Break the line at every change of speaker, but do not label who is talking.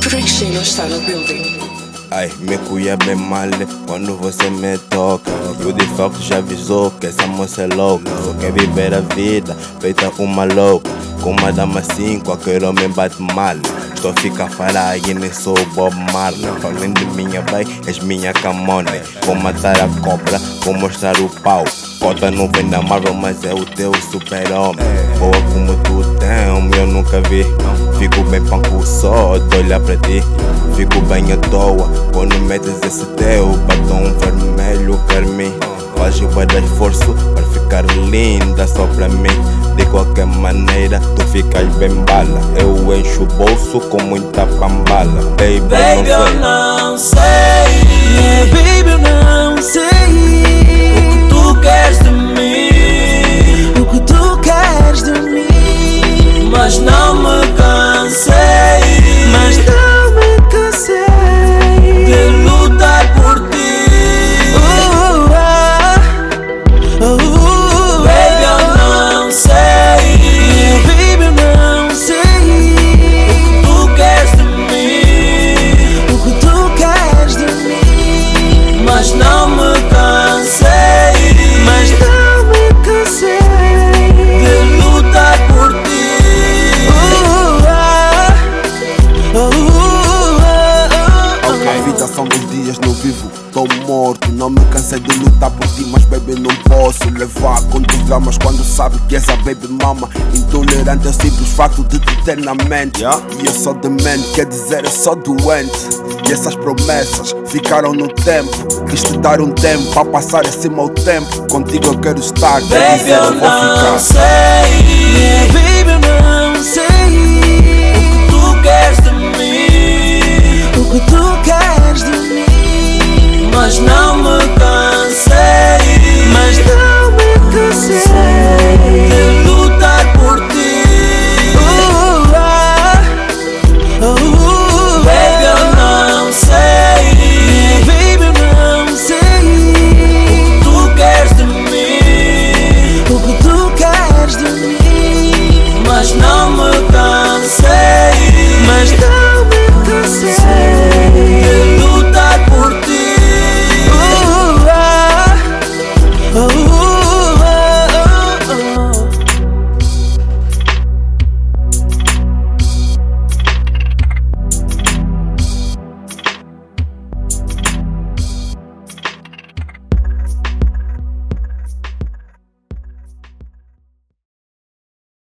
Freak Shane está no building.
Ai, me cuia bem mal quando você me toca. E o de foco já avisou que essa moça é louca. Só quer viver a vida, feita uma louca. Com uma dama assim, qualquer homem bate mal. Só fica a falar e nem sou o Bob Marley. Falando de minha vai, és minha camona. Vou matar a cobra, vou mostrar o pau. Cota não vem da Marvel, mas é o teu super-homem. Boa como tu tem, Então, eu nunca vi. Fico bem panco só de olhar pra ti. Fico bem à toa quando metes esse teu batom vermelho, carmim. Faz o bada esforço pra ficar linda só pra mim. De qualquer maneira, tu ficas bem bala. Eu encho o bolso com muita pambala. Baby,
Baby,
não
eu
sei.
não sei
Baby, eu não sei
o que tu queres de mim,
o que tu queres de mim,
mas não me cansei.
mas não me cansei.
de lutar por ti.
Uh, ah, uh,
Oh, Baby, eu não sei
Oh, Baby, eu não
o
sei
que tu queres de mim,
o que tu queres de mim,
mas não me cansei.
mas não me cansei.
de lutar por ti.
Uh, ah, oh, uh, ah, uh,
A vida são os dias, não vivo, tô morto. Não me cansei de lutar por ti, mas baby, não posso levar contra dramas quando sabe que essa baby mama. Intolerante é o simples fato de te ter na mente. E eu sou demente, quer dizer, eu sou doente. E essas promessas ficaram no tempo. Quis te dar um tempo pra passar esse mau tempo. Contigo eu quero estar, quer
Baby,
dizer, eu
eu
vou
não
ficar.
sei
Baby, eu não sei
tu queres de mim,
o que tu queres de mim,
mas não me cansei.
mas não me cansei.
de lutar por ti.
Uh, ah, uh,
Baby, eu não sei
Baby, eu não sei
tu queres de mim,
o que tu queres de mim,
mas não
ah. ah,